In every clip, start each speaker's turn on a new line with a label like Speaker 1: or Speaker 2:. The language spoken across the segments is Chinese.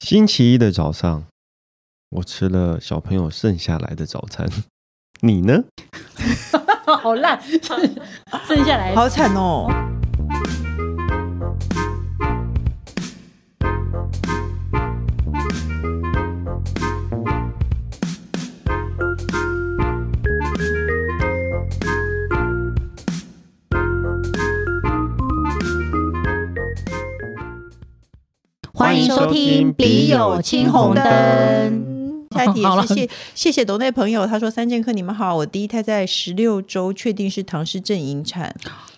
Speaker 1: 星期一的早上，我吃了小朋友剩下来的早餐。 你呢？
Speaker 2: 好烂，剩下来
Speaker 3: 好惨哦！
Speaker 2: 欢迎收听《笔友青红灯》。
Speaker 3: 下一 题
Speaker 2: 好
Speaker 3: 也
Speaker 2: 了
Speaker 3: 是谢谢谢董内朋友，他说三剑客你们好，我第一胎在十六周确定是唐氏症引 产，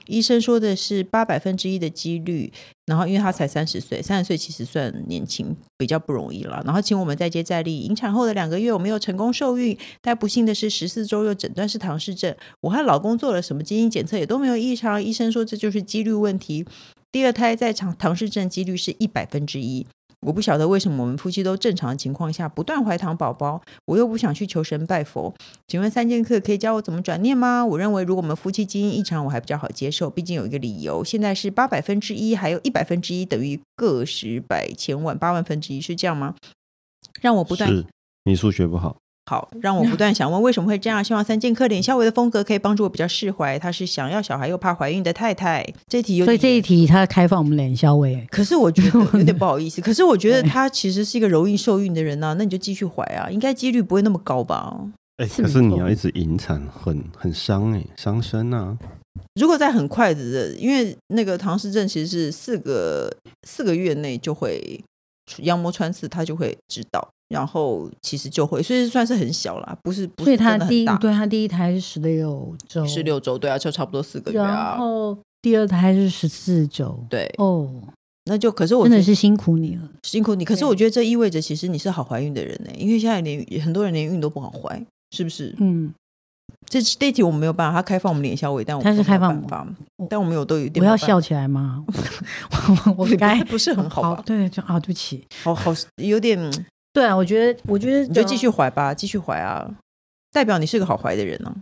Speaker 3: 医生说的是八百分之一的几率，然后因为他才三十岁，三十岁其实算年轻，比较不容易了。然后请我们再接再厉，引产后的两个月我没有成功受孕，但不幸的是十四周又诊断是唐氏症，我和老公做了什么基因检测也都没有异常，医生说这就是几率问题。第二胎在唐唐氏症几率是一百分之一，我不晓得为什么我们夫妻都正常的情况下不断怀唐宝宝，我又不想去求神拜佛。请问三剑客可以教我怎么转念吗？我认为如果我们夫妻基因异常，我还比较好接受，毕竟有一个理由。现在是八百分之一，还有一百分之一等于个十百千万八万分之一，是这样吗？让我不断
Speaker 1: 是你数学不好，
Speaker 3: 好，让我不断想问为什么会这样。希望三剑客脸笑维的风格可以帮助我比较释怀。她是想要小孩又怕怀孕的太太。这题有
Speaker 2: 所以
Speaker 3: 点
Speaker 2: 这一题他开放我们脸消委，
Speaker 3: 可是我觉 得有点不好意思。可是我觉得她其实是一个容易受孕的人呐、那你就继续怀啊，应该几率不会那么高吧？
Speaker 1: 哎、
Speaker 2: 是
Speaker 1: 可是
Speaker 2: 没错
Speaker 1: 你要一直引产，很很伤哎、伤身啊。
Speaker 3: 如果在很快的，因为那个唐氏症其实是四个四个月内就会羊膜穿刺，他就会知道，然后其实就会，所以算是很小啦，不是不
Speaker 2: 所以
Speaker 3: 是
Speaker 2: 他
Speaker 3: 真的
Speaker 2: 第
Speaker 3: 很
Speaker 2: 一
Speaker 3: 大，
Speaker 2: 对他第一胎是十六周，
Speaker 3: 十六周对啊，就差不多四个月
Speaker 2: 然
Speaker 3: 啊，
Speaker 2: 后第二胎是十四周，
Speaker 3: 对，
Speaker 2: 哦，
Speaker 3: 那就可是我
Speaker 2: 真
Speaker 3: 觉
Speaker 2: 的
Speaker 3: 得
Speaker 2: 是辛苦你了。
Speaker 3: 辛苦你，可是
Speaker 2: 对
Speaker 3: 我觉得这意味着其实你是好怀孕的人呢、因为现在连很多人连孕都不好怀，是不是？
Speaker 2: 嗯，
Speaker 3: 这这一题我们没有办法，他开放我们脸笑尾，但我们
Speaker 2: 它是
Speaker 3: 都没
Speaker 2: 开
Speaker 3: 有
Speaker 2: 放
Speaker 3: 办法
Speaker 2: 我，
Speaker 3: 但我们有都有一点
Speaker 2: 我要
Speaker 3: 没办
Speaker 2: 笑起来吗？我我
Speaker 3: 法，
Speaker 2: 我 该
Speaker 3: 不是很好 吧？
Speaker 2: 对，就啊，对不起。
Speaker 3: 好好 有点，
Speaker 2: 对啊，我觉得，我觉得
Speaker 3: 你就继续怀吧，继续怀啊，代表你是个好怀的人啊呢、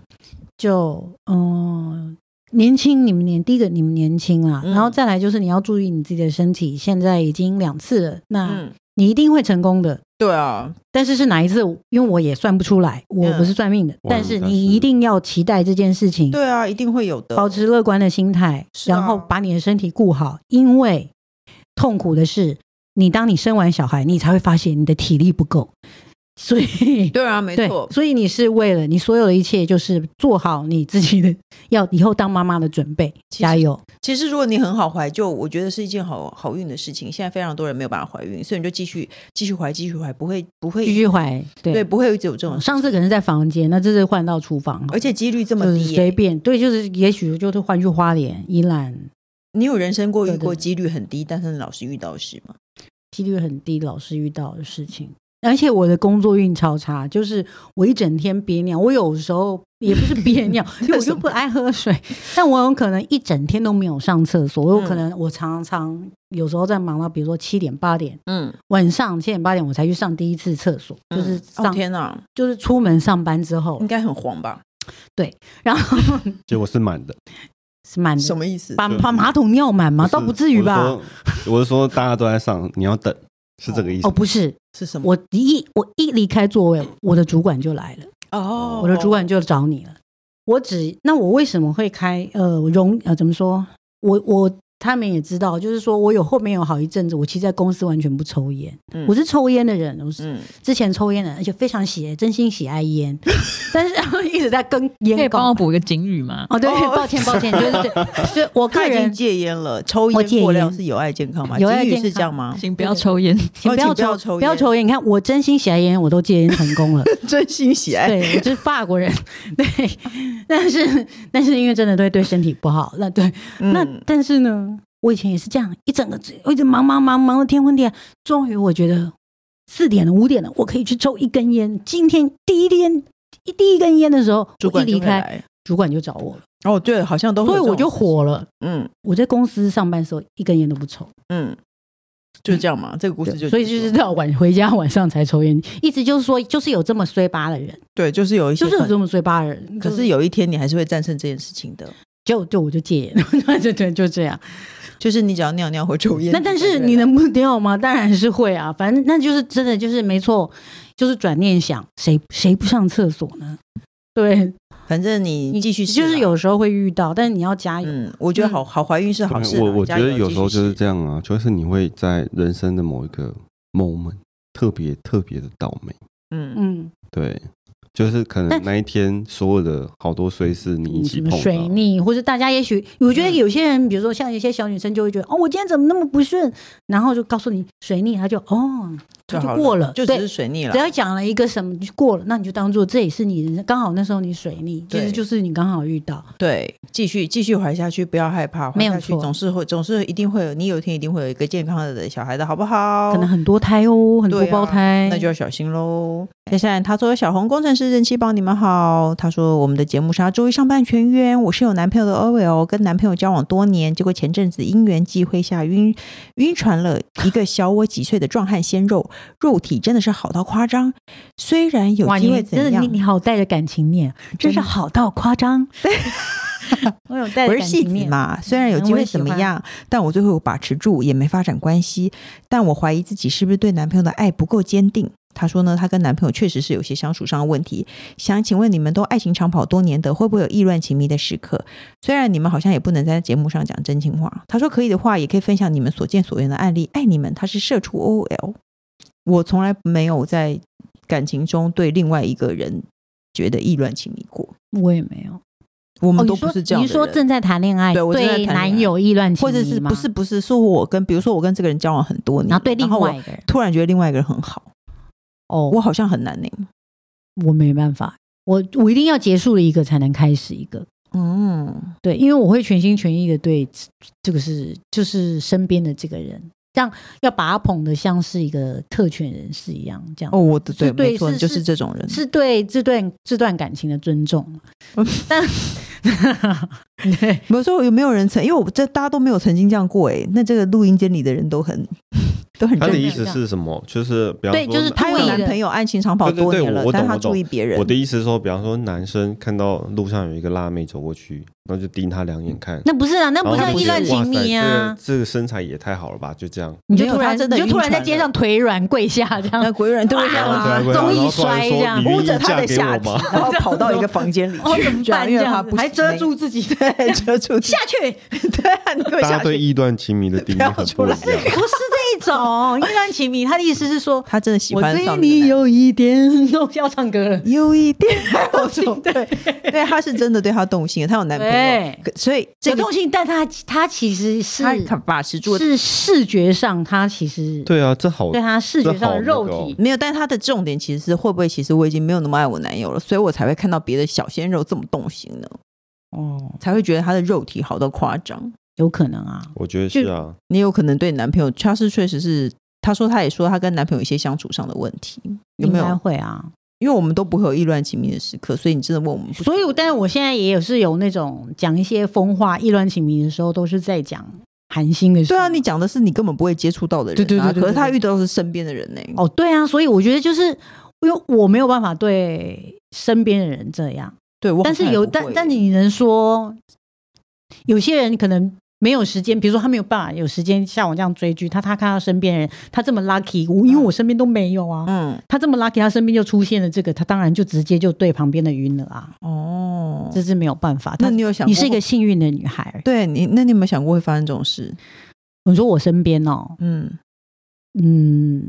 Speaker 2: 就嗯。年轻，你们年第一个你们年轻啊，
Speaker 3: 嗯
Speaker 2: 然后再来就是你要注意你自己的身体。现在已经两次了，
Speaker 3: 啊。
Speaker 2: 那
Speaker 3: 嗯，
Speaker 2: 你一定会成功的。
Speaker 3: 对啊，
Speaker 2: 但是是哪一次？因为我也算不出来，我
Speaker 3: 嗯
Speaker 2: 不是算命的。
Speaker 1: 哇
Speaker 2: 但是
Speaker 1: 但是
Speaker 2: 你一定要期待这件事情，
Speaker 3: 对啊，一定会有的。
Speaker 2: 保持乐观的心态，
Speaker 3: 是啊
Speaker 2: 然后把你的身体顾好。因为痛苦的是，你当你生完小孩，你才会发现你的体力不够，所以。
Speaker 3: 对啊，没
Speaker 2: 对
Speaker 3: 错，，
Speaker 2: 所以你是为了你所有的一切，就是做好你自己的要以后当妈妈的准备，
Speaker 3: 其实
Speaker 2: 加油！
Speaker 3: 其实如果你很好怀，就我觉得是一件好好运的事情。现在非常多人没有办法怀孕，所以你就继续继续怀，继续怀，不会不会
Speaker 2: 继续怀。嗯
Speaker 3: 对，
Speaker 2: 对，
Speaker 3: 不会有只有这种事，
Speaker 2: 上次可能在房间，那这次换到厨房，
Speaker 3: 而且几率这么
Speaker 2: 就是
Speaker 3: 低耶、
Speaker 2: 随便，对，就是也许就是换去花莲、宜兰，
Speaker 3: 你有人生过遇
Speaker 2: 对对
Speaker 3: 过
Speaker 2: 对
Speaker 3: 几率很低，但是老师遇到的事吗？，
Speaker 2: 几率很低，老是遇到的事情。而且我的工作运超差，就是我一整天憋尿，我有时候也不是憋尿 因为我
Speaker 3: 这是什
Speaker 2: 就
Speaker 3: 么嗯
Speaker 2: 不爱喝水，但我有可能一整天都没有上厕所，我有可能我常常有时候在忙到，比如说七点八点
Speaker 3: 嗯，
Speaker 2: 晚上七点八点我才去上第一次厕所，就是
Speaker 3: 哦
Speaker 2: 上、
Speaker 3: 天嗯哪，
Speaker 2: 就是出门上班之后
Speaker 3: 应，该很黄吧？
Speaker 2: 然后
Speaker 1: 结果是满的，
Speaker 2: 是满
Speaker 3: 什
Speaker 2: 的，
Speaker 3: 么意思？
Speaker 2: 把
Speaker 1: 对
Speaker 2: 把马桶尿满吗？
Speaker 1: 是
Speaker 2: 倒不至于吧？？
Speaker 1: 我是说我是说大家都在上，你要等，是这个意思。
Speaker 2: 哦，不是，
Speaker 3: 是什么？
Speaker 2: 我一我一离开座位，我的主管就来了。
Speaker 3: 哦，
Speaker 2: 我的主管就找你了。我只那我为什么会开呃容呃怎么说？我我他们也知道，就是说我有后面有好一阵子，我其实在公司完全不抽烟，
Speaker 3: 嗯
Speaker 2: 我是抽烟的人，我是
Speaker 3: 嗯，
Speaker 2: 之前抽烟的人，而且非常喜真心喜爱烟，但是一直在跟
Speaker 4: 可以
Speaker 2: 烟
Speaker 4: 帮
Speaker 2: 搞。
Speaker 4: 我补一个警语吗？
Speaker 2: 哦，对，
Speaker 3: 哦
Speaker 2: 抱歉抱歉，对对对，就我个
Speaker 3: 他已经
Speaker 2: 人
Speaker 3: 戒烟了，抽
Speaker 2: 我
Speaker 3: 烟
Speaker 2: 戒
Speaker 3: 过量
Speaker 2: 烟
Speaker 3: 是有害健康吗？
Speaker 2: 有害
Speaker 3: 警语
Speaker 2: 健
Speaker 3: 是这
Speaker 2: 康
Speaker 3: 样吗？
Speaker 4: 请不要抽烟，
Speaker 2: 请
Speaker 3: 哦
Speaker 2: 不
Speaker 3: 请
Speaker 2: 要
Speaker 3: 不要
Speaker 2: 抽
Speaker 3: 抽
Speaker 2: 不要
Speaker 3: 烟
Speaker 2: 抽烟，你看我真心喜爱烟，我都戒烟成功了。
Speaker 3: 真心喜爱，
Speaker 2: 对，我就是法国人，对，但是但是因为真的对对身体不好，那对，那
Speaker 3: 嗯
Speaker 2: 但是呢，我以前也是这样，一整个我一直忙忙忙忙到天昏地暗，终于我觉得四点了五点了，我可以去抽一根烟。今天第一天一第一根烟的时候，
Speaker 3: 主
Speaker 2: 我一
Speaker 3: 管就
Speaker 2: 离
Speaker 3: 会
Speaker 2: 开，
Speaker 3: 来。
Speaker 2: 主管就找我了，
Speaker 3: 哦，对，好像都会
Speaker 2: 所以
Speaker 3: 有这
Speaker 2: 我
Speaker 3: 种
Speaker 2: 就火了。
Speaker 3: 嗯
Speaker 2: 我在公司上班的时候，一根烟都不抽，
Speaker 3: 嗯，就这样嘛。这个故事
Speaker 2: 嗯对
Speaker 3: 就
Speaker 2: 所以就是到晚回家晚上才抽烟，一直就是说，就是有这么衰巴的人，
Speaker 3: 对，就是有一些
Speaker 2: 就是有
Speaker 3: 很，
Speaker 2: 这么衰巴的人，
Speaker 3: 可
Speaker 2: 就是
Speaker 3: 有一天你还是会战胜这件事情的。
Speaker 2: 就就我就戒烟， 对对对，就这样。
Speaker 3: 就是你只要尿尿或抽烟，
Speaker 2: 那但是
Speaker 3: 对
Speaker 2: 你能不掉吗？当然是会啊，反正那就是真的就是没错，就是转念想，谁谁不上厕所呢？对，
Speaker 3: 反正你继续试
Speaker 2: 就是
Speaker 3: 啦
Speaker 2: 有时候会遇到，但是你要加油。
Speaker 3: 嗯，我觉得好好怀孕
Speaker 2: 哦
Speaker 3: 是好
Speaker 2: 啊
Speaker 3: 事啦。啊
Speaker 1: 我我觉
Speaker 3: 加
Speaker 1: 得
Speaker 3: 油
Speaker 1: 有时候就是
Speaker 3: 继续试
Speaker 1: 这样啊，就是你会在人生的某一个 moment 特别特别的倒霉，
Speaker 3: 嗯，
Speaker 2: 嗯，
Speaker 1: 对，就是可能
Speaker 2: 但
Speaker 1: 那一天所有的好多衰事你一
Speaker 2: 嗯
Speaker 1: 起
Speaker 2: 什
Speaker 1: 碰
Speaker 2: 么
Speaker 1: 到，
Speaker 2: 水逆，或者大家也许，我觉得
Speaker 3: 嗯
Speaker 2: 有些人，比如说像一些小女生，就会觉得哦，我今天怎么那么不顺，然后就告诉你水逆，她就哦，她就
Speaker 3: 好
Speaker 2: 过了，
Speaker 3: 就只
Speaker 2: 对
Speaker 3: 是水逆了
Speaker 2: 只。要讲了一个什么就过了，那你就当做这也是你人生刚好那时候你水逆，其
Speaker 3: 对
Speaker 2: 实就是你刚好遇到。
Speaker 3: 对，继续继续怀下去，不要害怕，怀
Speaker 2: 没有
Speaker 3: 下去
Speaker 2: 错
Speaker 3: 总是会总是一定会有，你有一天一定会有一个健康的小孩的，好不好？
Speaker 2: 可能很多胎哦，很多
Speaker 3: 对啊
Speaker 2: 胞胎，
Speaker 3: 那就要小心喽。接下来他说：“小红工程师人气宝，你们好。”他说：“我们的节目是他周一上半全冤，我是有男朋友的 OL，跟男朋友交往多年，结果前阵子因缘际会下晕晕船了一个小我几岁的壮汉鲜肉，肉体真的是好到夸张。虽然有
Speaker 2: 哇，
Speaker 3: 机会
Speaker 2: 你
Speaker 3: 怎
Speaker 2: 真的你
Speaker 3: 样，
Speaker 2: 你好带着感情念，真是
Speaker 3: 真的
Speaker 2: 好到夸 张。我有带
Speaker 3: 我
Speaker 2: 着
Speaker 3: 是
Speaker 2: 感
Speaker 3: 戏
Speaker 2: 情嗯
Speaker 3: 子
Speaker 2: 念，
Speaker 3: 嘛，虽然有机会怎么样，但我最后有把持住，也没发展关系。但我怀疑自己是不是对男朋友的爱不够坚定。她说呢，她跟男朋友确实是有些相处上的问题。想请问你们都爱情长跑多年的，会不会有意乱情迷的时刻？虽然你们好像也不能在节目上讲真情话。她说可以的话，也可以分享你们所见所闻的案例。爱你们，她是社畜 OL。我从来没有在感情中对另外一个人觉得意乱情迷过。
Speaker 2: 我也没有。
Speaker 3: 我
Speaker 2: 哦，
Speaker 3: 们都
Speaker 2: 你
Speaker 3: 不
Speaker 2: 说
Speaker 3: 是这样
Speaker 2: 你
Speaker 3: 的人。
Speaker 2: 说正在谈恋爱，
Speaker 3: 对我正在谈恋爱
Speaker 2: 男友意乱情
Speaker 3: 或者
Speaker 2: 迷
Speaker 3: 是
Speaker 2: 吗
Speaker 3: 不是，不是说我跟比如说我跟这个人交往很多年，
Speaker 2: 然后对另
Speaker 3: 我
Speaker 2: 外一个人，
Speaker 3: 突然觉得另外一个人很好，
Speaker 2: 哦，
Speaker 3: 我好像很难呢、
Speaker 2: 我没办法，我我一定要结束了一个才能开始一个。
Speaker 3: 嗯，
Speaker 2: 对，因为我会全心全意的对这这个是就是身边的这个人，让要把他捧得像是一个特权人士一样，这样
Speaker 3: 哦，我的
Speaker 2: 是
Speaker 3: 对，
Speaker 2: 对
Speaker 3: 没错，
Speaker 2: 是
Speaker 3: 就是
Speaker 2: 是
Speaker 3: 这种人，
Speaker 2: 是对这段这段感情的尊 重。但对，
Speaker 3: 有时候有没有人曾，因为我这大家都没有曾经这样过哎、那这个录音间里的人都很 都很
Speaker 1: 他的
Speaker 3: 正
Speaker 1: 意
Speaker 3: 面。
Speaker 1: 思是什么？就是比方
Speaker 2: 对
Speaker 1: 说
Speaker 2: 就是
Speaker 1: 男
Speaker 3: 他有
Speaker 2: 故意的
Speaker 3: 男朋友，爱情长跑
Speaker 1: 对对
Speaker 3: 多
Speaker 1: 对
Speaker 3: 年了，
Speaker 1: 我懂
Speaker 3: 但他
Speaker 1: 我懂
Speaker 3: 注意别人。
Speaker 1: 我的意思是说，比方说男生看到路上有一个辣妹走过去，然后就盯她两眼看，
Speaker 2: 那不是啊，那
Speaker 1: 然后
Speaker 2: 不
Speaker 1: 他
Speaker 2: 叫
Speaker 1: 哦不
Speaker 2: 意
Speaker 1: 是
Speaker 2: 乱情迷
Speaker 1: 哇
Speaker 2: 啊
Speaker 1: 塞！这个这个身材也太好了吧，就这样。
Speaker 2: 你就
Speaker 3: 没有
Speaker 2: 突然
Speaker 3: 他真的
Speaker 2: 你就突然在街
Speaker 3: 晕船了
Speaker 2: 上腿软跪下这
Speaker 3: 那
Speaker 2: 样，
Speaker 3: 鬼人对不对
Speaker 2: 哇
Speaker 3: 啊？
Speaker 2: 对啊综艺摔这样
Speaker 1: 捂
Speaker 3: 捂着他的下体，然后跑到一个 房间里
Speaker 2: 哦怎
Speaker 3: 去，
Speaker 2: 么
Speaker 3: 这样
Speaker 2: 办
Speaker 3: 因
Speaker 2: 这
Speaker 3: 为他
Speaker 2: 样
Speaker 3: 不
Speaker 2: 子，还遮
Speaker 3: 行
Speaker 2: 住 自己下
Speaker 3: 对，遮住下，
Speaker 2: 去。
Speaker 3: 对啊，你会
Speaker 1: 大
Speaker 3: 下
Speaker 1: 家对
Speaker 3: 去。
Speaker 1: 异段情迷的定义很不一
Speaker 3: 不要
Speaker 1: 样。
Speaker 2: 不是这一种意乱情迷，他的意思是说，
Speaker 3: 他真的哦喜
Speaker 2: 我
Speaker 3: 欢
Speaker 2: 对
Speaker 3: 上面
Speaker 2: 你
Speaker 3: 的
Speaker 2: 有一点都要唱歌 了。
Speaker 3: 有一点动心，哦 对 对，她是真的对他动心，她有男朋友，
Speaker 2: 对，
Speaker 3: 可所以这
Speaker 2: 有
Speaker 3: 个
Speaker 2: 动心，但他他其实是
Speaker 3: 她她把持住了，
Speaker 2: 是视觉上，他其实
Speaker 1: 对啊，这好
Speaker 2: 对他视觉上的肉
Speaker 1: 这好那
Speaker 2: 体
Speaker 1: 个哦
Speaker 3: 没有，但她的重点其实是会不会，其实我已经没有那么爱我男友了，所以我才会看到别的小鲜肉这么动心呢，
Speaker 2: 哦，
Speaker 3: 才会觉得他的肉体好到夸张。
Speaker 2: 有可能啊。
Speaker 1: 我觉得是啊，
Speaker 3: 你有可能对男朋友，她是确实是，她说她也说她跟男朋友一些相处上的问题，有没
Speaker 2: 应该
Speaker 3: 有？
Speaker 2: 会啊？
Speaker 3: 因为我们都不会有意乱情迷的时刻，所以你真的问我们不，
Speaker 2: 所以我，但是我现在也有是有那种讲一些风话、意乱情迷的时候，都是在讲韩星的事。
Speaker 3: 对啊，你讲的是你根本不会接触到的人、啊，
Speaker 2: 对对对对
Speaker 3: 可是
Speaker 2: 对
Speaker 3: 她遇到的是身边的人呢、
Speaker 2: 哦，对啊，所以我觉得就是因为我没有办法对身边的人这样，
Speaker 3: 对，我好
Speaker 2: 但是
Speaker 3: 像哦也
Speaker 2: 有
Speaker 3: 不
Speaker 2: 但
Speaker 3: 会
Speaker 2: 但你能说，有些人可能没有时间，比如说他没有办法有时间像我这样追剧，他他看到身边人，他这么 lucky，我因为我身边都没有啊，
Speaker 3: 嗯
Speaker 2: 他这么 lucky，他身边就出现了这个，他当然就直接就对旁边的晕了啊，
Speaker 3: 哦，
Speaker 2: 这是没有办法。
Speaker 3: 那
Speaker 2: 他
Speaker 3: 你有想过？
Speaker 2: 你是一个幸运的女孩，
Speaker 3: 对你，那你有没有想过会发生这种事？
Speaker 2: 你说我身边哦，
Speaker 3: 嗯，
Speaker 2: 嗯，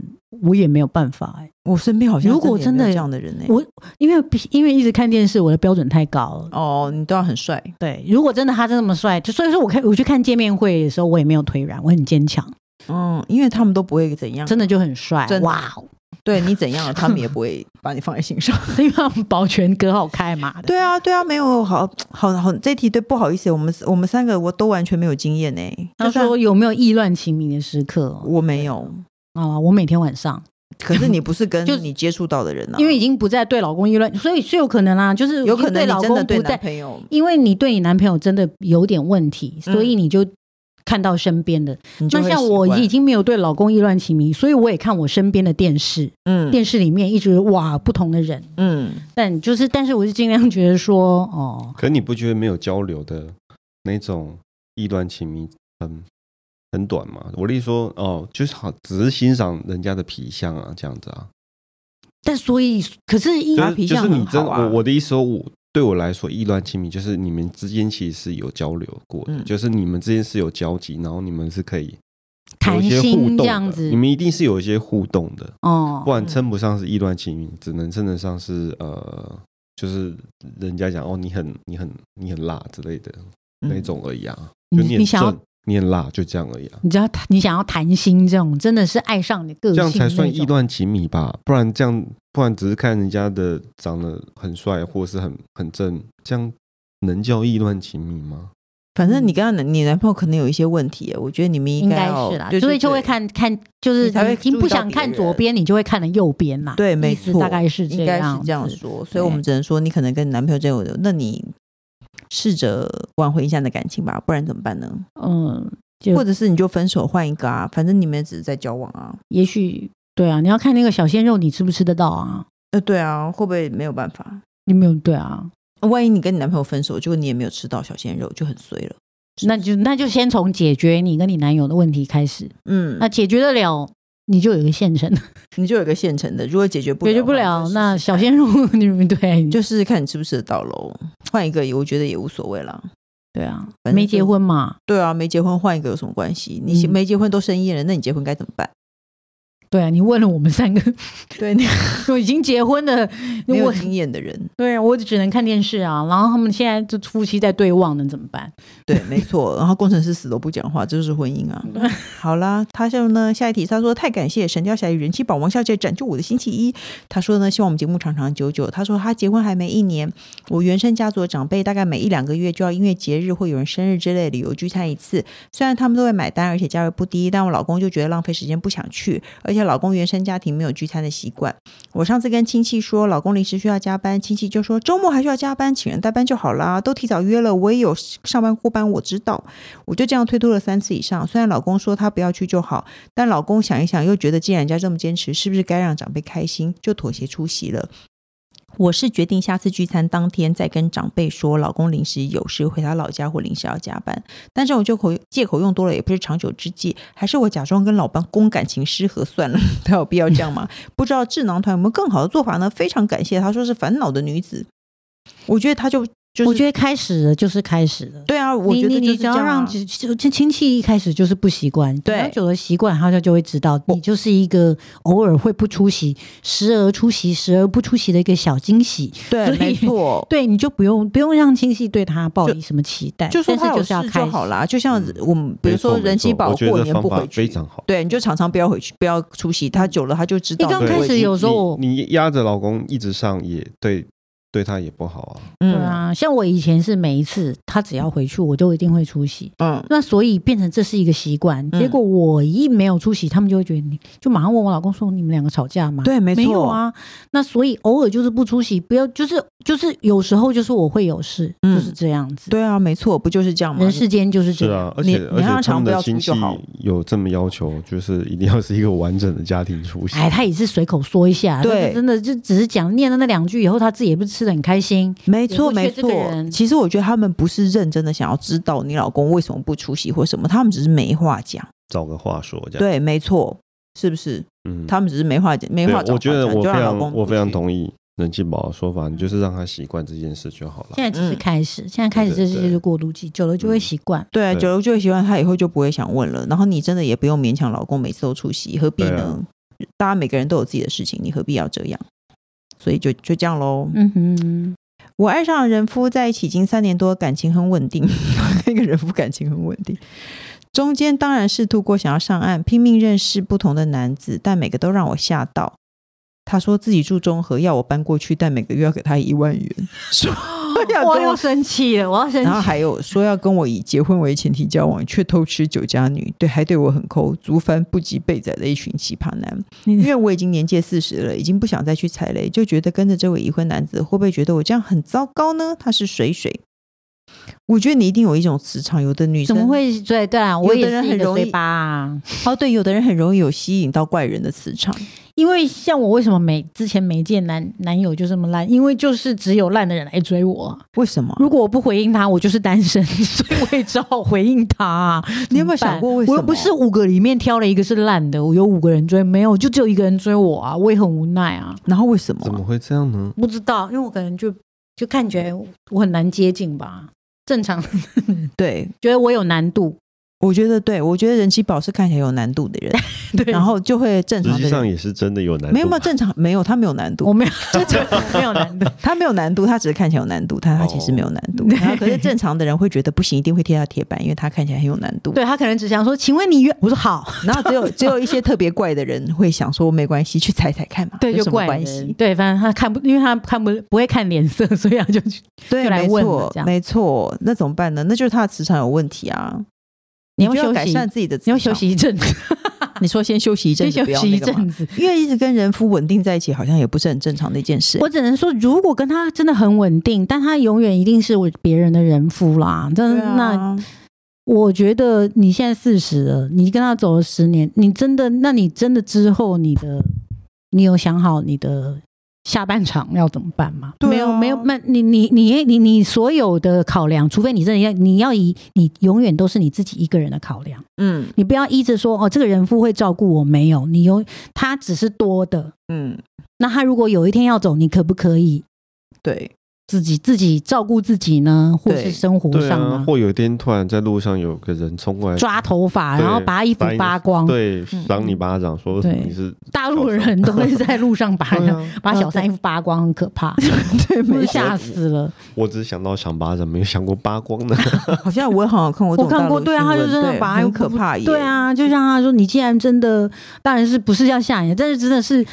Speaker 2: 我也没有办法、欸，
Speaker 3: 我身边好像
Speaker 2: 如果
Speaker 3: 真的
Speaker 2: 真的
Speaker 3: 也没有这样的人欸呢、
Speaker 2: 我因为因为一直看电视，我的标准太高了。
Speaker 3: 哦，你都要很帅，
Speaker 2: 对，如果真的他真的那么帅，就所以说我看我去看见面会的时候，我也没有腿软，我很坚强，
Speaker 3: 嗯，因为他们都不会怎样，
Speaker 2: 真的就很帅
Speaker 3: 真，的
Speaker 2: 哇哦，
Speaker 3: 对你怎样了，他们也不会把你放在心上。
Speaker 2: 因为他们保全隔好开嘛的。
Speaker 3: 对啊，对啊，没有，好好好，这题对不好意思，我们我们三个我都完全没有经验呢、欸
Speaker 2: 他
Speaker 3: 就算
Speaker 2: 说有没有意乱情迷的时刻？
Speaker 3: 我没有，
Speaker 2: 啊，我每天晚上，
Speaker 3: 可是你不是跟
Speaker 2: 就
Speaker 3: 你接触到的人啊，
Speaker 2: 因为已经不再对老公意乱，所以是有可能啦、啊就是
Speaker 3: 有可
Speaker 2: 已经对
Speaker 3: 能
Speaker 2: 老
Speaker 3: 你真的
Speaker 2: 公
Speaker 3: 对
Speaker 2: 不
Speaker 3: 男
Speaker 2: 再，
Speaker 3: 朋友，嗯
Speaker 2: 因为你对你男朋友真的有点问题，所以你就看到身边的。
Speaker 3: 你就
Speaker 2: 那
Speaker 3: 会
Speaker 2: 像
Speaker 3: 习
Speaker 2: 我
Speaker 3: 惯
Speaker 2: 已，经没有对老公意乱情迷，所以我也看我身边的电视，
Speaker 3: 嗯
Speaker 2: 电视里面一直哇不同的人，
Speaker 3: 嗯，
Speaker 2: 但就是，但是我是尽量觉得说，哦，
Speaker 1: 可你不觉得没有交流的那种意乱情迷很很短嘛。我例说哦，就是好，只是欣赏人家的皮相啊，这样子啊。
Speaker 2: 但所以，可是因
Speaker 1: 就
Speaker 3: 他
Speaker 1: 是
Speaker 3: 皮
Speaker 1: 就
Speaker 3: 相
Speaker 1: 是你
Speaker 3: 很
Speaker 1: 真
Speaker 3: 好啊
Speaker 1: 我我的意思说，我对我来说意乱情迷就是你们之间其实是有交流过的，
Speaker 3: 嗯
Speaker 1: 就是你们之间是有交集，然后你们是可以有
Speaker 2: 谈
Speaker 1: 一些互
Speaker 2: 心
Speaker 1: 动
Speaker 2: 这
Speaker 1: 的
Speaker 2: 样子
Speaker 1: 你们一定是有一些互动的，不
Speaker 2: 哦，
Speaker 1: 然称不上是意乱情迷，只能称得上是呃，就是人家讲哦，你很你很你很辣之类的
Speaker 3: 嗯
Speaker 1: 那种而已啊，就
Speaker 2: 你
Speaker 1: 很
Speaker 2: 你想要
Speaker 1: 正，你很辣，就这样而已啊，
Speaker 2: 你知道你想要谈心这种，真的是爱上你个性
Speaker 1: 这样才算
Speaker 2: 那种
Speaker 1: 意乱情迷吧，不然这样，不然只是看人家的长得很帅或是很很正，这样能叫意乱情迷吗？
Speaker 3: 反正你跟他男你男朋友可能有一些问题欸耶，我觉得你们
Speaker 2: 嗯应
Speaker 3: 该
Speaker 2: 该
Speaker 3: 要
Speaker 2: 是啦，
Speaker 3: 对
Speaker 2: 所以
Speaker 3: 对
Speaker 2: 就会
Speaker 3: 对
Speaker 2: 看看，就是
Speaker 3: 你才会
Speaker 2: 已经
Speaker 3: 注意
Speaker 2: 不
Speaker 3: 到
Speaker 2: 想
Speaker 3: 别
Speaker 2: 看左
Speaker 3: 人
Speaker 2: 边，你就会看了右边啦。
Speaker 3: 对，
Speaker 2: 意
Speaker 3: 没
Speaker 2: 思
Speaker 3: 错，
Speaker 2: 大概是这
Speaker 3: 应该
Speaker 2: 样
Speaker 3: 是
Speaker 2: 子，
Speaker 3: 这样说，所以我
Speaker 2: 对
Speaker 3: 们只能说你可能跟男朋友真有的，那你试着挽回一下你的感情吧，不然怎么办呢？
Speaker 2: 嗯，就
Speaker 3: 或者是你就分手换一个啊，反正你们也只是在交往啊。
Speaker 2: 也许对啊，你要看那个小鲜肉你吃不吃得到啊？
Speaker 3: 呃，对啊，会不会没有办法？
Speaker 2: 你没有对啊，
Speaker 3: 万一你跟你男朋友分手，结果你也没有吃到小鲜肉，就很衰了。
Speaker 2: 那就那就先从解决你跟你男友的问题开始，
Speaker 3: 嗯，
Speaker 2: 那解决得了。你就有一个现成，
Speaker 3: 你就有一个现成的，如果解决不
Speaker 2: 解
Speaker 3: 了
Speaker 2: 决
Speaker 3: 的话，
Speaker 2: 不了，
Speaker 3: 你就试试
Speaker 2: 那
Speaker 3: 看
Speaker 2: 小鲜肉你们对你
Speaker 3: 就试试看你吃不吃得到喽。换一个，我觉得也无所谓啦。
Speaker 2: 对啊，
Speaker 3: 反正
Speaker 2: 没
Speaker 3: 就
Speaker 2: 结婚嘛，
Speaker 3: 对啊，没结婚换一个有什么关系？你
Speaker 2: 嗯
Speaker 3: 没结婚都生意人，那你结婚该怎么办？
Speaker 2: 对啊，你问了我们三个
Speaker 3: 对，那
Speaker 2: 就已经结婚的，
Speaker 3: 没有
Speaker 2: 我
Speaker 3: 经验的人，
Speaker 2: 对啊，我只能看电视啊。然后他们现在就夫妻在对望，能怎么办？
Speaker 3: 对，没错。然后工程师死都不讲话，这就是婚姻啊。好啦，他就呢下一题，他说太感谢《神雕侠侣》人气宝王小姐拯救我的星期一。他说呢，希望我们节目长长久久。他说他结婚还没一年，我原生家族的长辈大概每一两个月就要因为节日或有人生日之类的理由聚餐一次，虽然他们都会买单，而且价位不低，但我老公就觉得浪费时间，不想去。而且老公原生家庭没有聚餐的习惯。我上次跟亲戚说，老公临时需要加班，亲戚就说周末还需要加班，请人代班就好啦，都提早约了，我也有上班过班，我知道。我就这样推脱了三次以上。虽然老公说他不要去就好，但老公想一想又觉得，既然人家这么坚持，是不是该让长辈开心，就妥协出席了。我是决定下次聚餐当天再跟长辈说，老公临时有事回他老家或临时要加班，但这种借口借口用多了也不是长久之计，还是我假装跟老公感情失和算了， 他有必要这样吗？不知道智囊团有没有更好的做法呢？非常感谢，他说是烦恼的女子，我觉得他就 就是
Speaker 2: 我觉得开始了就是开始了。
Speaker 3: 对啊，我觉
Speaker 2: 你你
Speaker 3: 得
Speaker 2: 你
Speaker 3: 就是
Speaker 2: 只
Speaker 3: 这样
Speaker 2: 要
Speaker 3: 啊、
Speaker 2: 让亲亲亲戚一开始就是不习惯，
Speaker 3: 对
Speaker 2: 等到久了习惯，他就就会知道
Speaker 3: 我
Speaker 2: 你就是一个偶尔会不出席，时而出席，时而不出席的一个小惊喜。
Speaker 3: 对
Speaker 2: 所，以
Speaker 3: 没错，
Speaker 2: 对，你就不用不用让亲戚对他抱
Speaker 3: 就
Speaker 2: 以什么期待，
Speaker 3: 就说
Speaker 2: 但
Speaker 3: 他
Speaker 2: 是
Speaker 3: 有
Speaker 2: 就是要
Speaker 3: 事
Speaker 2: 开
Speaker 3: 就
Speaker 2: 始
Speaker 3: 好啦。就像
Speaker 1: 嗯
Speaker 3: 我们比
Speaker 1: 没
Speaker 3: 如
Speaker 1: 错
Speaker 3: 说人
Speaker 1: 没
Speaker 3: 气
Speaker 1: 错
Speaker 3: 宝
Speaker 1: 我觉
Speaker 3: 过
Speaker 1: 得
Speaker 3: 年
Speaker 1: 方
Speaker 3: 不
Speaker 1: 法
Speaker 3: 回
Speaker 1: 非
Speaker 3: 去，
Speaker 1: 常好。
Speaker 3: 对，你就常常不要回去，不要出席，他久了他就知道
Speaker 2: 刚
Speaker 3: 了。
Speaker 1: 对
Speaker 2: 开始
Speaker 1: 你
Speaker 2: 有时候
Speaker 1: 你你压着老公一直上也对，对他也不好啊。
Speaker 2: 对
Speaker 3: 嗯
Speaker 2: 啊，像我以前是每一次他只要回去，我都一定会出席。
Speaker 3: 嗯，
Speaker 2: 那所以变成这是一个习惯，
Speaker 3: 嗯
Speaker 2: 结果我一没有出席，他们就会觉得你就马上问我老公说你们两个吵架吗？
Speaker 3: 对，没
Speaker 2: 没有
Speaker 3: 错，
Speaker 2: 啊。那所以偶尔就是不出席，不要就是就是有时候就是我会有事，
Speaker 3: 嗯
Speaker 2: 就是这样子。
Speaker 3: 对啊，没错，不就是这样吗？
Speaker 2: 人世间就是
Speaker 1: 是
Speaker 2: 这样。
Speaker 1: 啊，而
Speaker 3: 你
Speaker 1: 且
Speaker 3: 你
Speaker 1: 而
Speaker 3: 让他
Speaker 1: 且他
Speaker 3: 常
Speaker 1: 们
Speaker 3: 不
Speaker 1: 的
Speaker 3: 要出
Speaker 1: 亲戚
Speaker 3: 就好
Speaker 1: 有这么要求，就是一定要是一个完整的家庭出席。
Speaker 2: 哎，他也是随口说一下，
Speaker 3: 啊对
Speaker 2: 但是真的就只是讲念了那两句以后，他自己也不是吃的很开心，
Speaker 3: 没错，
Speaker 2: 也
Speaker 3: 没
Speaker 2: 不缺这个
Speaker 3: 错。
Speaker 2: 人
Speaker 3: 其实我觉得他们不是认真的想要知道你老公为什么不出席或什么，他们只是没话讲。
Speaker 1: 找个话说这样。
Speaker 3: 对，没错，是不是？
Speaker 1: 嗯，
Speaker 3: 他们只是没话讲，没
Speaker 1: 对
Speaker 3: 话找话讲。
Speaker 1: 我觉得我
Speaker 3: 就
Speaker 1: 非
Speaker 3: 让老
Speaker 1: 常
Speaker 3: 公
Speaker 1: 我
Speaker 3: 不
Speaker 1: 非常
Speaker 3: 去
Speaker 1: 同意人气宝的说法，你就是让他习惯这件事就好了
Speaker 2: 现。在只是
Speaker 3: 嗯
Speaker 2: 开始，现在开始
Speaker 1: 对
Speaker 2: 这
Speaker 1: 对
Speaker 2: 些
Speaker 1: 对
Speaker 2: 就是过渡期，久了就会
Speaker 1: 嗯
Speaker 2: 习惯。
Speaker 3: 对啊，
Speaker 1: 对
Speaker 3: 久了就会习惯，他以后就不会想问了。然后你真的也不用勉强老公每次都出席，何必
Speaker 1: 对
Speaker 3: 呢
Speaker 1: 啊？
Speaker 3: 大家每个人都有自己的事情，你何必要这样？所以就就这样喽。
Speaker 2: 嗯哼，
Speaker 3: 我爱上了人夫，在一起已经三年多，感情很稳定。 那个人夫感情很稳定，中间当然试图过想要上岸，拼命认识不同的男子，但每个都让我吓到。他说自己住中和，要我搬过去，但每个月要给他一万元， 说要
Speaker 2: 我
Speaker 3: 跟我
Speaker 2: 要生气了，我要生
Speaker 3: 啊然后
Speaker 2: 气。
Speaker 3: 还有说要跟我以结婚为前提交往，却偷吃酒家女，对，还对我很抠，足翻不及被宰的一群奇葩男。因为我已经年届四十了，已经不想再去踩雷，就觉得跟着这位已婚男子，会不会觉得我这样很糟糕呢？他是水水，我觉得你一定有一种磁场，有的女生
Speaker 2: 怎么？会？对对啊，
Speaker 3: 有
Speaker 2: 我
Speaker 3: 的
Speaker 2: 也
Speaker 3: 人
Speaker 2: 是
Speaker 3: 很
Speaker 2: 一个
Speaker 3: 容易
Speaker 2: 嘴巴啊。
Speaker 3: 哦，对，有的人很容易有吸引到怪人的磁场，
Speaker 2: 因因为像我为什么没之前没见男男友就这么烂，因为就是只有烂的人来追我。
Speaker 3: 为什么？
Speaker 2: 如果我不回应他，我就是单身， 所以我也只好回应他。啊
Speaker 3: 你有没有
Speaker 2: 怎么办
Speaker 3: 想过为什
Speaker 2: 我
Speaker 3: 么？
Speaker 2: 又不是五个里面挑了一个是烂的，我有五个人追，没有就只有一个人追我啊，我也很无奈啊。
Speaker 3: 然后为什么
Speaker 1: 怎？么会这样呢？
Speaker 2: 不知道，因为我可能就就看起来我很难接近吧。正常
Speaker 3: 对，
Speaker 2: 觉得我有难度，
Speaker 3: 我觉得对，我觉得人气宝是看起来有难度的人，
Speaker 2: 对，
Speaker 3: 然后就会正
Speaker 1: 实
Speaker 3: 常
Speaker 1: 际
Speaker 3: 的
Speaker 1: 上
Speaker 3: 人。
Speaker 1: 也是真的有难度，
Speaker 3: 没有没有正常，没有他没有难
Speaker 2: 我
Speaker 3: 度，
Speaker 2: 没有没有难度，
Speaker 3: 他没有难度，他只是看起来有难度，
Speaker 1: 哦
Speaker 3: 他他其实没有难度。
Speaker 2: 对
Speaker 3: 然后可是正常的人会觉得不行，一定会贴他铁板，因为他看起来很有难度。
Speaker 2: 对他可能只想说，请问你约？我说好，
Speaker 3: 然后 只有只有一些特别怪的人会想说没关系，去踩踩看嘛，
Speaker 2: 对，
Speaker 3: 有
Speaker 2: 就
Speaker 3: 什么
Speaker 2: 怪
Speaker 3: 关
Speaker 2: 人
Speaker 3: 系？
Speaker 2: 对，反正他看不，因为他看不不会看脸色，所以他就去。
Speaker 3: 对，
Speaker 2: 就来
Speaker 3: 没
Speaker 2: 问了
Speaker 3: 错
Speaker 2: 这，样
Speaker 3: 没错，那怎么办呢？那就是他的磁场有问题啊！
Speaker 2: 你要
Speaker 3: 就
Speaker 2: 休
Speaker 3: 改
Speaker 2: 息，
Speaker 3: 善自己的，
Speaker 2: 你要休。息一 阵子，
Speaker 3: 你说先休息一阵
Speaker 2: 先休
Speaker 3: 子，不要
Speaker 2: 息一
Speaker 3: 那个嘛
Speaker 2: 阵子。
Speaker 3: 因为一直跟人夫稳定在一起，好像也不是很正常的一件事。
Speaker 2: 我只能说，如果跟他真的很稳定，但他永远一定是我别人的人夫啦。真
Speaker 3: 对
Speaker 2: 的，
Speaker 3: 啊
Speaker 2: 嗯那我觉得你现在四十了，你跟他走了十年，你真的，那你真的之后你的，你有想好你的下半场要怎么办吗？
Speaker 3: 对啊
Speaker 2: 没有，没有，那你你你你你所有的考量，除非你真的要你要以你永远都是你自己一个人的考量，
Speaker 3: 嗯
Speaker 2: 你不要依着说哦，这个人夫会照顾我，没有，你有他只是多的。
Speaker 3: 嗯，
Speaker 2: 那他如果有一天要走，你可不可以
Speaker 3: 对
Speaker 2: 自己自己照顾自己呢，或
Speaker 3: 对
Speaker 2: 是生活
Speaker 1: 对
Speaker 2: 上
Speaker 1: 啊，
Speaker 2: 呢？
Speaker 1: 或有一天突然在路上有个人冲过来，
Speaker 2: 抓头发，
Speaker 1: 对
Speaker 2: 然后把衣服
Speaker 1: 把你
Speaker 2: 扒光。
Speaker 1: 对
Speaker 3: 嗯，
Speaker 1: 赏你巴掌，说
Speaker 2: 对
Speaker 1: 你是
Speaker 2: 大陆人都会在路上把
Speaker 1: 对啊，
Speaker 2: 把小三衣服扒光，很可怕，
Speaker 3: 对，啊
Speaker 2: 我
Speaker 3: 没
Speaker 2: 都吓死了。
Speaker 1: 我只想到赏巴掌，没有想过扒光的。
Speaker 3: 好像我好像看过这
Speaker 2: 我
Speaker 3: 种大
Speaker 2: 看
Speaker 3: 陆
Speaker 2: 过，对啊，
Speaker 3: 新
Speaker 2: 他
Speaker 3: 闻
Speaker 2: 就真的
Speaker 3: 对
Speaker 2: 把
Speaker 3: 很可怕耶，
Speaker 2: 对，啊，就像他说，你既然真的，当然是不是要吓你，但是真的是。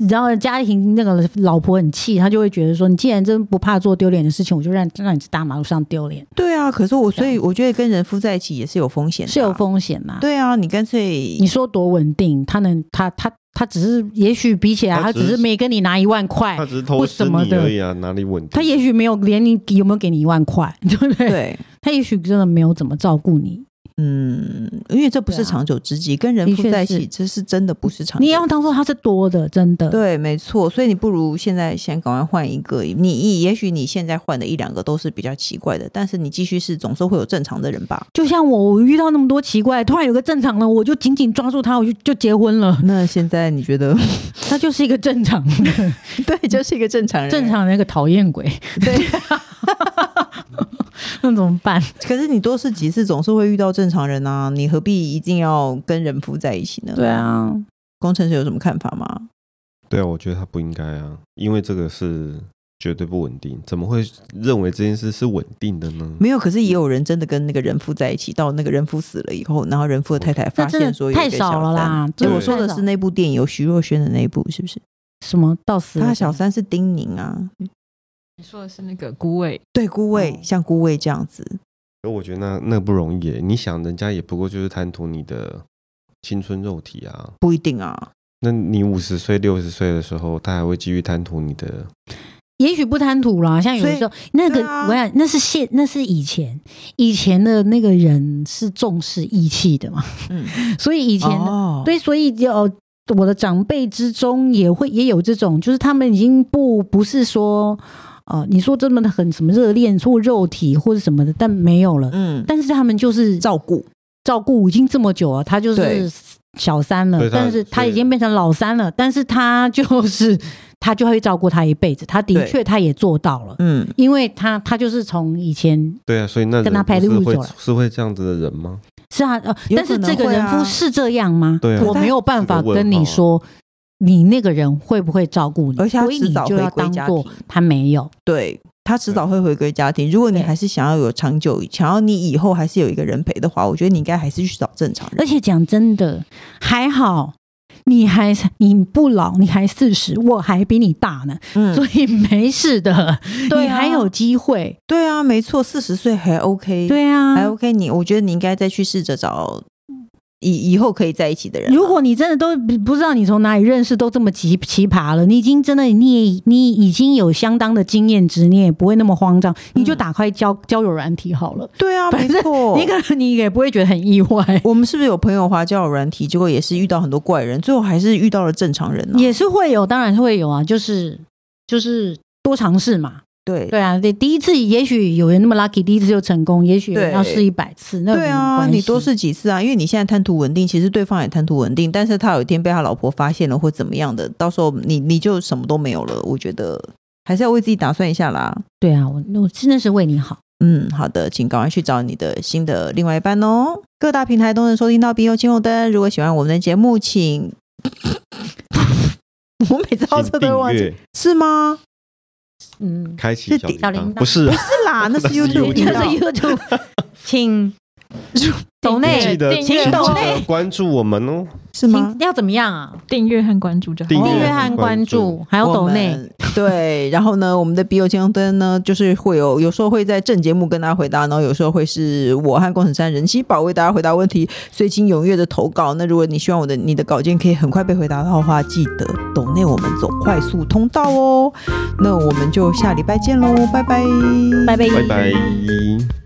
Speaker 2: 你知道家庭那个老婆很气，她就会觉得说：“你既然真不怕做丢脸的事情，我就让让你在大马路上丢脸，
Speaker 3: 对啊。可是我所
Speaker 2: 这
Speaker 3: 以
Speaker 2: 样
Speaker 3: 我觉得跟人夫在一起也是有风险的啊，
Speaker 2: 是有风险呐、
Speaker 3: 对啊，你干脆
Speaker 2: 你说多稳定，他能他他他只是也许比起来，
Speaker 1: 他
Speaker 2: 他
Speaker 1: 只
Speaker 2: 只
Speaker 1: 是
Speaker 2: 是没跟你拿一万
Speaker 3: 哎
Speaker 2: 块
Speaker 1: 他，只是偷吃你而已啊，哪里稳定？
Speaker 2: 他也许没有连你有没有给你一万块，对不对？
Speaker 3: 对，
Speaker 2: 他也许真的没有怎么照顾你，
Speaker 3: 嗯，因为这不
Speaker 2: 对
Speaker 3: 是
Speaker 2: 啊
Speaker 3: 长久之计，跟人
Speaker 2: 的
Speaker 3: 夫
Speaker 2: 确
Speaker 3: 在一起
Speaker 2: 是
Speaker 3: 这是真的不是长久之计。
Speaker 2: 你也要当做他是多的，真的。
Speaker 3: 对，没错，所以你不如现在先赶快换一个。你也许你现在换的一两个都是比较奇怪的，但是你继续是总是会有正常的人吧？
Speaker 2: 就像我，我遇到那么多奇怪，突然有个正常的，我就紧紧抓住他，我就就结婚 了。
Speaker 3: 那现在你觉得
Speaker 2: 他就是一个正常的，
Speaker 3: 对，就是一个正常人，
Speaker 2: 正常的那个讨厌鬼，
Speaker 3: 对。
Speaker 2: 那怎么办？
Speaker 3: 可是你多试几次，总是会遇到正常人啊，你何必一定要跟人夫在一起呢？，
Speaker 2: 啊，
Speaker 3: 工程师有什么看法吗？
Speaker 1: 对啊，我觉得他不应该啊，因为这个是绝对不稳定，怎么会认为这件事是稳定的呢？
Speaker 3: 没有，可是也有人真的跟那个人夫在一起，到那个人夫死了以后，然后人夫的太太
Speaker 2: 那
Speaker 3: 发
Speaker 2: 真
Speaker 3: 现说
Speaker 2: 的
Speaker 3: 有
Speaker 2: 太
Speaker 3: 一个
Speaker 2: 少了
Speaker 3: 小三。
Speaker 2: 啦。
Speaker 3: 对，
Speaker 2: 真
Speaker 3: 我说
Speaker 2: 太
Speaker 3: 的
Speaker 2: 少
Speaker 3: 是那部电影，有徐若瑄的那一部，是不是？
Speaker 2: 什么到死
Speaker 3: 她
Speaker 2: 了
Speaker 3: 小三是丁宁啊，
Speaker 4: 你说的是那个孤味，
Speaker 3: 对，孤味、
Speaker 4: 哦
Speaker 3: 像孤味这样子，
Speaker 1: 可我觉得那那不容易耶，你想人家也不过就是贪图你的青春肉体啊，
Speaker 3: 不一定啊。
Speaker 1: 那你五十岁、六十岁的时候，他还会继续贪图你的
Speaker 2: 也许不贪图啦，像有的时候那
Speaker 3: 对
Speaker 2: 个，
Speaker 3: 啊
Speaker 2: 我想那是现，那是以前以前的那个人是重视义气的嘛，
Speaker 3: 嗯，
Speaker 2: 所以以
Speaker 3: 以
Speaker 2: 前、
Speaker 3: 哦、
Speaker 2: 对，所以有、我的长辈之中也会也有这种，就是他们已经不不是说呃，你说这么的很什么热恋或肉体或者什么的，但没有了，
Speaker 3: 嗯，
Speaker 2: 但是他们就是
Speaker 3: 照顾，
Speaker 2: 照顾已经这么久了，他就
Speaker 3: 对
Speaker 2: 是小三
Speaker 1: 对
Speaker 2: 了，
Speaker 1: 他
Speaker 2: 但是他
Speaker 1: 对
Speaker 2: 已经变成老三了，但是他就是他就会照顾他一辈子，他的
Speaker 3: 对
Speaker 2: 确他也做到了，
Speaker 3: 嗯，
Speaker 2: 因为他他就是从以前
Speaker 1: 对啊，所以那
Speaker 2: 跟
Speaker 1: 人
Speaker 2: 他
Speaker 1: 不
Speaker 2: 拍
Speaker 1: 是
Speaker 2: 路
Speaker 1: 会
Speaker 2: 走了
Speaker 1: 是会这样子的人吗？
Speaker 2: 是啊，呃，
Speaker 3: 有
Speaker 2: 但
Speaker 3: 可
Speaker 2: 是
Speaker 3: 能
Speaker 2: 这个
Speaker 3: 会
Speaker 2: 人
Speaker 3: 啊
Speaker 2: 夫是这样吗？
Speaker 1: 对啊
Speaker 2: 我没有办法
Speaker 1: 是个问
Speaker 2: 跟
Speaker 1: 号
Speaker 2: 你
Speaker 1: 啊
Speaker 2: 说，你那个人会不会照顾你，
Speaker 3: 而且他
Speaker 2: 所以
Speaker 3: 迟
Speaker 2: 你
Speaker 3: 早
Speaker 2: 就
Speaker 3: 回
Speaker 2: 要
Speaker 3: 归
Speaker 2: 当
Speaker 3: 家
Speaker 2: 做
Speaker 3: 庭，
Speaker 2: 他没有。
Speaker 3: 对他迟早会回归家庭。如果你
Speaker 2: 嗯对
Speaker 3: 还是想要有长久，想要你以后还是有一个人陪的话，我觉得你应该还是去找正常人。
Speaker 2: 而且讲真的，还好。你还你不老，你还四十，我还比你大呢，
Speaker 3: 嗯，
Speaker 2: 所以没事的，
Speaker 3: 对
Speaker 2: 你
Speaker 3: 啊
Speaker 2: 还有机会。
Speaker 3: 对啊，没错，四十岁还 OK，、
Speaker 2: 对
Speaker 3: 还
Speaker 2: 啊，
Speaker 3: OK 你。我觉得你应该再去试着找以以后可以在一起的人吗。
Speaker 2: 如果你真的都不不知道你从哪里认识，都这么奇奇葩了，你已经真的你也你已经有相当的经验值，你也不会那么慌张，你
Speaker 3: 嗯
Speaker 2: 就打开交交友软体好了。
Speaker 3: 对啊，没
Speaker 2: 反正
Speaker 3: 错，
Speaker 2: 你可能你也不会觉得很意 外，
Speaker 3: 我们是不是有朋友滑交友软体，结果也是遇到很多怪人，最后还是遇到了正常人呢、
Speaker 2: 也是会有，当然是会有啊，就是就是多尝试嘛。
Speaker 3: 对
Speaker 2: 对啊，对，第一次也许有人那么 lucky，第一次就成功，也许有人
Speaker 3: 对
Speaker 2: 要试一百次，那有
Speaker 3: 对
Speaker 2: 什么
Speaker 3: 啊，
Speaker 2: 关系
Speaker 3: 你多试几次啊，因为你现在贪图稳定，其实对方也贪图稳定，但是他有一天被他老婆发现了或怎么样的，到时候你你就什么都没有了。我觉得还是要为自己打算一下啦。
Speaker 2: 对啊，我我真的是为你好。
Speaker 3: 嗯，好的，请赶快去找你的新的另外一半哦。各大平台都能收听到《B O 金红灯》。如果喜欢我们的节目，请 我每次到
Speaker 1: 请
Speaker 3: 这都会
Speaker 1: 订
Speaker 3: 忘记
Speaker 1: 阅，
Speaker 3: 是吗？
Speaker 2: 嗯，
Speaker 1: 开启
Speaker 3: 是
Speaker 1: 小
Speaker 3: 订
Speaker 1: 铃
Speaker 2: 小铃铛
Speaker 1: 铛，不是
Speaker 3: 不
Speaker 1: 啊，
Speaker 3: 是啦，那是
Speaker 1: 那是
Speaker 3: YouTube
Speaker 1: 我 YouTube 知
Speaker 2: 这是
Speaker 3: 频
Speaker 1: 道
Speaker 3: 道。
Speaker 2: YouTube，请抖
Speaker 4: 订阅
Speaker 1: 记
Speaker 2: 内，
Speaker 1: 得
Speaker 4: 请
Speaker 1: 记
Speaker 2: 抖
Speaker 1: 得
Speaker 2: 内
Speaker 1: 关注我们哦，
Speaker 3: 是吗？
Speaker 2: 请要怎么样啊？
Speaker 4: 订阅和关注就好。
Speaker 1: 订
Speaker 2: 订
Speaker 1: 阅
Speaker 2: 阅
Speaker 1: 和关
Speaker 2: 和关
Speaker 1: 注
Speaker 2: 注，还有
Speaker 3: 我
Speaker 2: 抖
Speaker 3: 们
Speaker 2: 内，
Speaker 3: 对，然后呢，我们的笔友青灯呢，就是会有有时候会在正节目跟大家回答，然后有时候会是我和工程山人气宝为大家回答问题，所以请踊跃的投稿。那如果你希望我的你的稿件可以很快被回答到的话，记得抖内我们走快速通道哦。那我们就下礼拜见喽，拜拜，
Speaker 2: 拜拜。
Speaker 1: 拜拜